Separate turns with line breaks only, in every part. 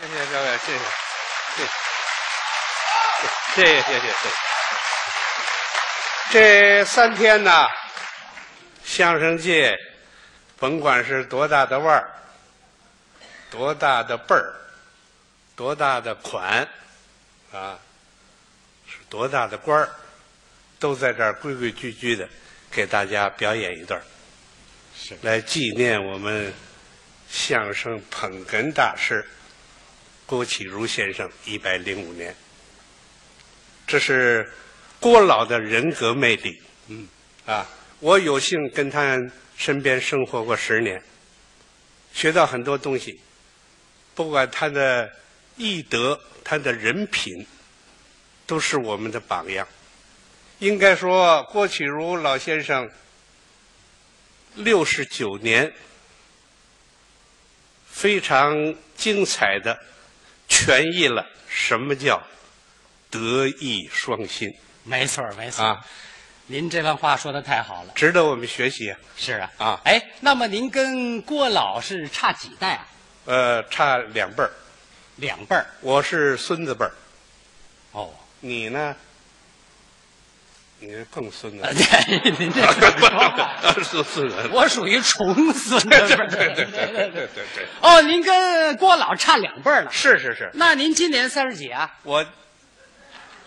谢各位，谢谢，谢谢，谢谢，谢谢，谢谢。这三天呐，相声界甭管是多大的腕儿，多大的辈儿，多大的款，啊，是多大的官儿，都在这儿规规矩矩的给大家表演一段儿
是
来纪念我们相声捧哏大师郭启儒先生一百零五年。这是郭老的人格魅力。嗯，啊，我有幸跟他身边生活过十年，学到很多东西，不管他的艺德、他的人品，都是我们的榜样。应该说，郭启儒老先生六十九年非常精彩的诠释了什么叫德艺双馨
没错儿没错儿。
啊，
您这番话说的太好了。
值得我们学习啊。
是啊
啊
哎，那么您跟郭老是差几代啊？
呃，差两辈儿，
两辈儿。
我是孙子辈儿，
哦，
你呢？你更孙子，
您这是什 么话
是孙子。
我属于重孙子辈
对对
儿。
对对对对对对，
哦，您跟郭老差两辈儿呢。
是是是，
那您今年三十几啊？
我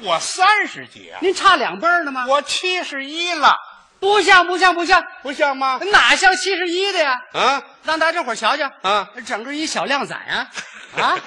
我三十几啊，
您差两辈儿呢吗？
我七十一了，
不像不像不像，
不像吗？
哪像七十一的呀？
啊
让大家伙儿瞧瞧，
啊，
整个一小靓仔啊！啊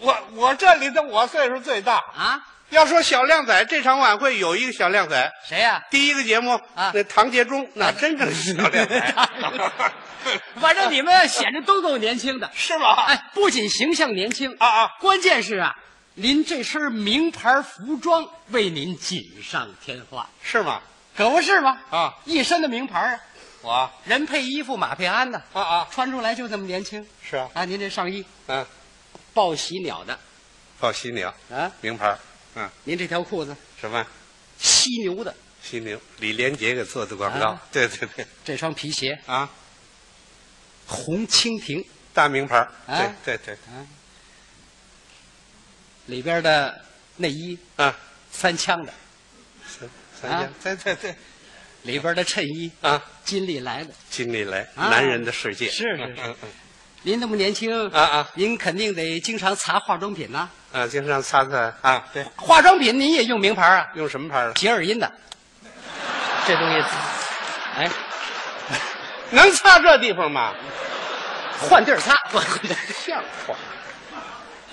我我这里的我岁数最大。
啊，
要说小靓仔，这场晚会有一个小靓仔，
谁呀、
第一个节目
啊，
那唐杰忠那真正是小靓仔
反正你们显着都够年轻的。
是吧？
哎，不仅形象年轻
啊啊，
关键是啊，您这身名牌服装为您锦上添花，
是吗？
可不是吗？
啊，
一身的名牌啊，
我啊
人配衣服马配鞍呐，
啊啊，
穿出来就这么年轻
是啊，
啊！您这上衣
嗯，
报喜鸟的
报犀牛，
啊，
名牌儿，嗯，
您这条裤子
什么
犀牛的，
犀牛？李连杰给做的广告
啊，
对对对，
这双皮鞋
啊，
红蜻蜓，
大名牌儿，
啊
对对对，
里边的内衣
啊，
三枪的，
三
啊
三件，对对对，
里边的衬衣
啊，
金利来的。
金利来，
啊
男人的世界，
是是是
嗯嗯
您那么年轻
啊啊
您肯定得经常擦化妆品呐、
嗯，啊，经常擦擦啊，对，
化妆品您也用名牌啊？
用什么牌儿的？
洁尔因的，这东西，哎，
能擦这地方吗？
换地儿擦， 换地儿像话，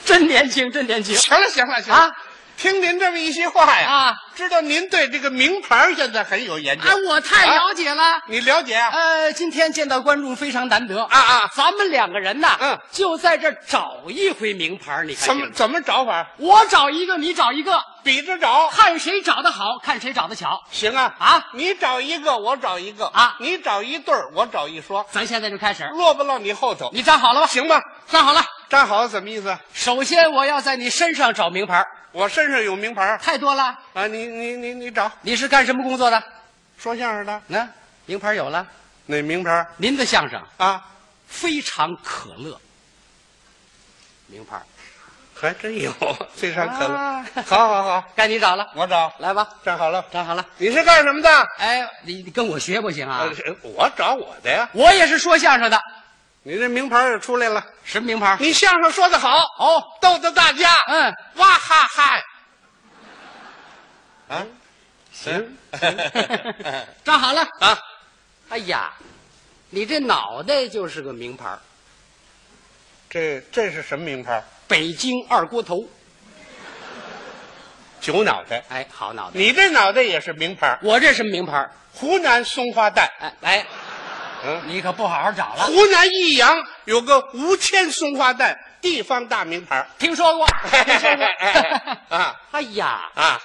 真年轻，真年轻
行了行了行了
啊，
听您这么一席话呀，
啊！
知道您对这个名牌儿现在很有研究
哎，，我太了解了。
你了解啊？
呃，今天见到观众非常难得
啊啊
咱们两个人呐，
嗯，
就在这儿找一回名牌，你看
怎么
哎行吗
怎么找法？
我找一个，你找一个，
比着找，
看谁找的好，看谁找的巧。
行啊
啊
你找一个，我找一个
啊
你找一对儿，我找一双，
咱现在就开始，
落不落你后头？
你站好了吧？
行吧？
站好了。
站好什么意思？
首先，我要在你身上找名牌，
我身上有名牌儿
太多了。
啊！你你你你找
你是干什么工作的？
说相声的
那、名牌有了。
哪名牌儿
您的相声
啊？
非常可乐，名牌
还真有， 非常可乐。
啊
好好好，
该你找了，
我找
来吧，
站好了。
站好了。
你是干什么的？
哎，你你跟我学不行啊
呃？我找我的呀。
我也是说相声的，
你这名牌儿也出来了，
什么名牌？
你相声说的好
哦，
逗逗大家。
嗯，
哇哈哈！啊，
嗯
行
站好了。
啊，
哎呀，你这脑袋就是个名牌，
这这是什么名牌？
北京二锅头。
九脑袋。
哎，好脑袋。
你这脑袋也是名牌，
我这什么名牌？
湖南松花蛋。
哎哎，
嗯，
你可不好好找了。
湖南益阳有个吴谦松花蛋，地方大名牌。。
听说过，听说过
啊
哎呀，
啊，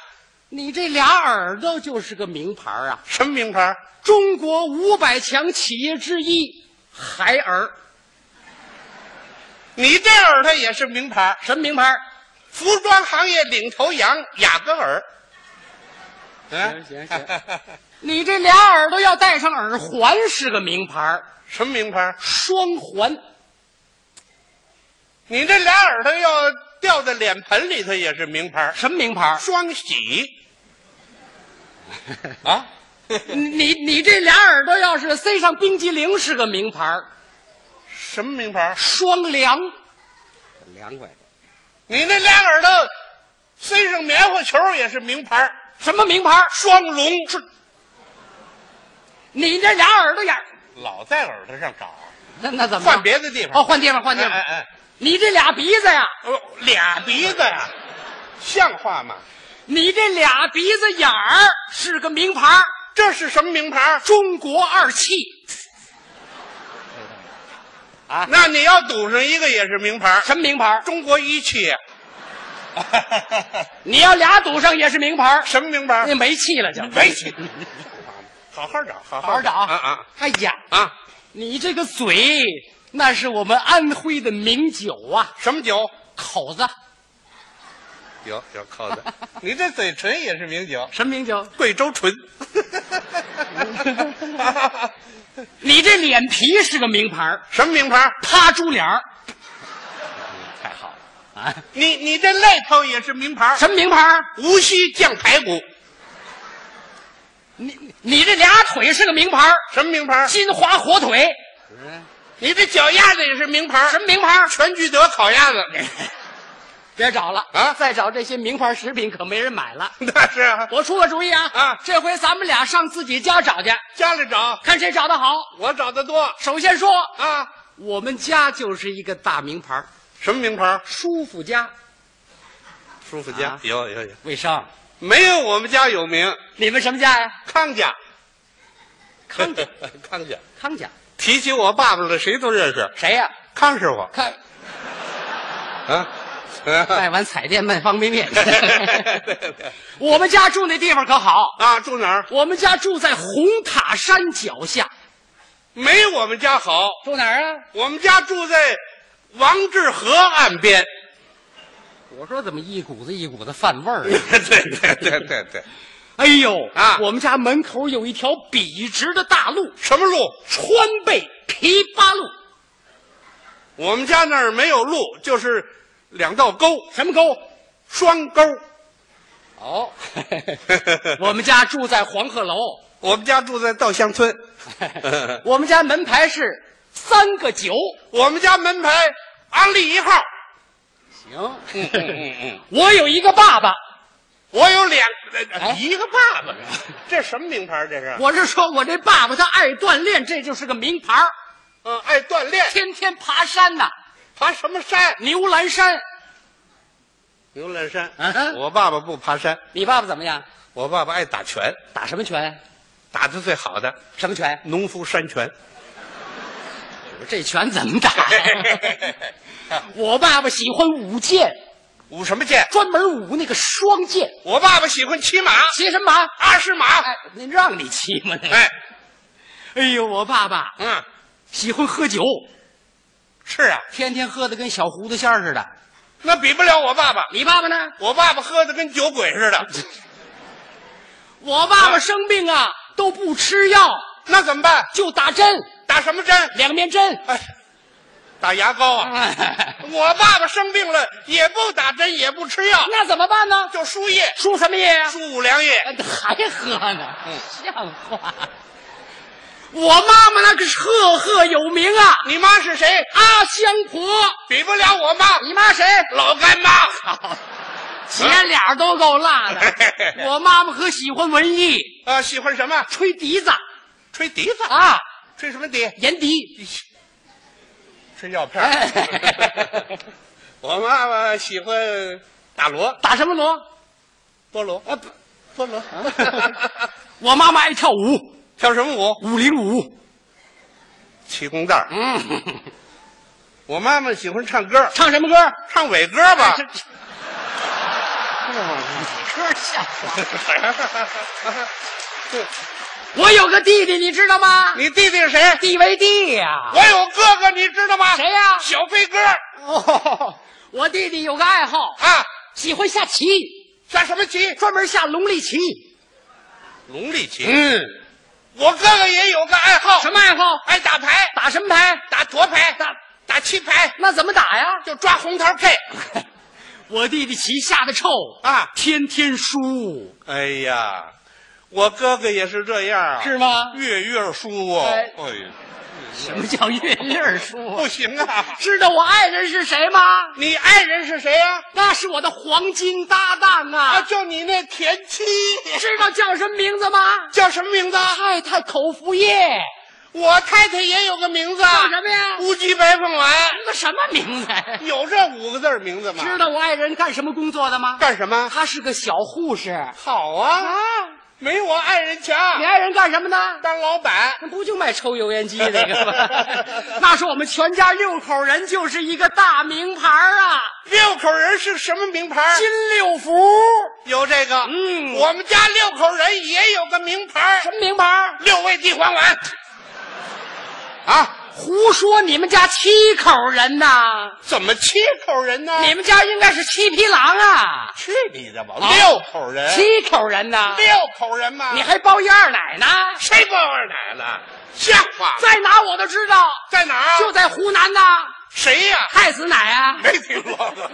你这俩耳朵就是个名牌啊！
什么名牌？
中国五百强企业之一，海尔，
你这耳朵也是名牌，
什么名牌？
服装行业领头羊雅戈尔。
行 行行，你这俩耳朵要戴上耳环是个名牌，
什么名牌？
双环。
你这俩耳朵要掉在脸盆里头也是名牌儿，
什么名牌？
双喜啊，
你你你这俩耳朵要是塞上冰激凌是个名牌儿
什么名牌儿？
双凉
凉快。
你那俩耳朵塞上棉花球也是名牌儿，
什么名牌儿
双龙
你这俩耳朵眼儿
老在耳朵上找，啊
那那怎么着
嗯换别的地
哦，
方。
换地方换地
哎
方。
哎哎，
你这俩鼻子呀，
哦，俩鼻子呀，像话吗？
你这俩鼻子眼儿是个名牌儿
这是什么名牌儿？
中国二汽。
那你要赌上一个也是名牌儿，
什么名牌儿？
中国一汽。
你要俩赌上也是名牌儿
什么名牌儿
那？没气了就
啊 没气。好好找，好
好好找
啊啊
哎呀，
啊！
你这个嘴，那是我们安徽的名酒啊，
什么酒？
口子。
有有扣 子。你这嘴唇也是名酒，
什么名酒？
贵州唇。
你这脸皮是个名牌儿
什么名牌儿？
趴猪脸儿。
太好了啊！
你你这肋头也是名牌儿，
什么名牌儿
无锡酱排骨。
你你这俩腿是个名牌儿
什么名牌儿？
金华火腿。
你这脚丫子也是名牌儿，
什么名牌儿
全聚德烤鸭子。
别找了
啊
再找这些名牌食品可没人买了。
那是啊
我出个主意啊！
啊
这回咱们俩上自己家找去，
家里找，
看谁找得好。
我找的多
首先说，
啊。
我们家就是一个大名牌儿，
什么名牌儿？
舒服家
舒肤佳
啊
有有有，
卫生。
没有我们家有名。
你们什么家呀？
康家，
康家，
康家。
康家。
提起我爸爸了，谁都认识
谁呀、
康师傅
看，
啊。
卖
哎
完彩电卖方 便面
对对对。
我们家住那地方可好，
啊，住哪儿？
我们家住在红塔山脚下。
没我们家好，
住哪儿啊？
我们家住在王致河岸边。
我说怎么一股子一股子饭味儿啊？
对对对对对，
哎呦
啊
我们家门口有一条笔直的大路，
什么路？
川贝琵笆路。
我们家那儿没有路，就是两道沟，
什么沟？
双沟。
哦， 我们家住在 黄鹤楼，
我们家住在稻香 村，
我们家门牌是三个九。
我们家门牌安利一号。
行，
嗯嗯，
我有一个爸爸，
我有两呃
哎
一个爸爸，这什么名牌？这是？
我是说我这爸爸他爱锻炼，这就是个名牌儿
嗯，爱锻炼，
天天爬山呐、
爬什么山？
牛栏山。
牛栏山
啊
我爸爸不爬山，
你爸爸怎么样？
我爸爸爱打拳，
打什么拳？
打的最好的
什么拳？
农夫山 泉。
这拳怎么 打呀？我爸爸喜欢舞剑，
舞什么剑？
专门舞那个双剑，
我爸爸喜欢骑马，
骑什么马？
阿诗马。
哎，那让你骑吗？那个
哎，
哎呦，我爸爸
嗯，
喜欢喝酒，
是啊，
天天喝的跟小糊涂仙儿似的。
那比不了我爸爸。
你爸爸呢？
我爸爸喝的跟酒鬼似的，
我爸爸生病啊，都不吃药，
那怎么办？
就打针，
打什么针？
两面针。
哎，打牙膏啊！
哎
我爸爸生病了，也不打针，也不吃药，
那怎么办呢？
就输液，
输什么液呀、
输五粮液。
哎还喝呢？像话！我妈妈那可是赫赫有名啊，
你妈是谁？
阿香婆。
比不了我妈，
你妈谁？
老干妈。。
姐俩都够辣 的我妈妈可喜欢文艺，
啊，喜欢什么？
吹笛子
吹笛子，
啊，
吹什么笛？
演笛。
吹药片
哎
儿。我妈妈喜欢打锣，
打什么锣？
菠萝啊，菠萝。
我妈妈爱跳舞，
跳什么舞？
舞林舞。
气功带儿。
嗯，
我妈妈喜欢唱歌，
唱什么歌？
唱伪歌吧
哎。这这哎歌像
啊
话。我有个弟弟，你知道吗？
你弟弟是谁？
弟为弟呀、
我有哥哥，你知道吗？
谁呀、
小飞哥
哦，我弟弟有个爱好，
啊，
喜欢下棋，
下什么棋？
专门下龙利棋。
龙力棋。
嗯，
我哥哥也有个爱好，
什么爱好？
爱打牌，
打什么牌？
打陀牌，
打打棋牌，那怎么打呀？就抓红桃配。 我弟弟棋下的臭
啊
天天输，
哎呀，我哥哥也是这样啊，
是吗？
月月输啊，
哎
哎呀，
什么叫月印书啊？
不行啊！
知道我爱人是谁吗？
你爱人是谁呀、
那是我的黄金搭档
啊？
啊！
就你那田七，
知道叫什么名字吗？
叫什么名字？
太太口服液，
我太太也有个名字，
叫什么呀？
乌鸡白凤丸，
这个什么名字呀？
有这五个字儿名字吗？
知道我爱人干什么工作的吗？
干什么？
她是个小护士啊！
好啊，没我爱人强
你，爱人干什么呢？
当老板。
那不就卖抽油烟机那个吗？那是我们全家六口人，就是一个大名牌啊！
六口人是什么名牌？
金六福，
有这个。
嗯
我们家六口人也有个名牌
什，么名牌？
六味地黄丸。啊，
胡说！你们家七口人呐？
怎么七口人呢？
你们家应该是七匹狼啊！
去你的吧！
啊
六口人，
七口人呐？
六口人嘛，
你还包一二奶呢？
谁包二奶了？像话吗？
在哪我都知道，
在哪儿？啊
就在湖南呐，
谁呀？
太子奶啊！
没听说过。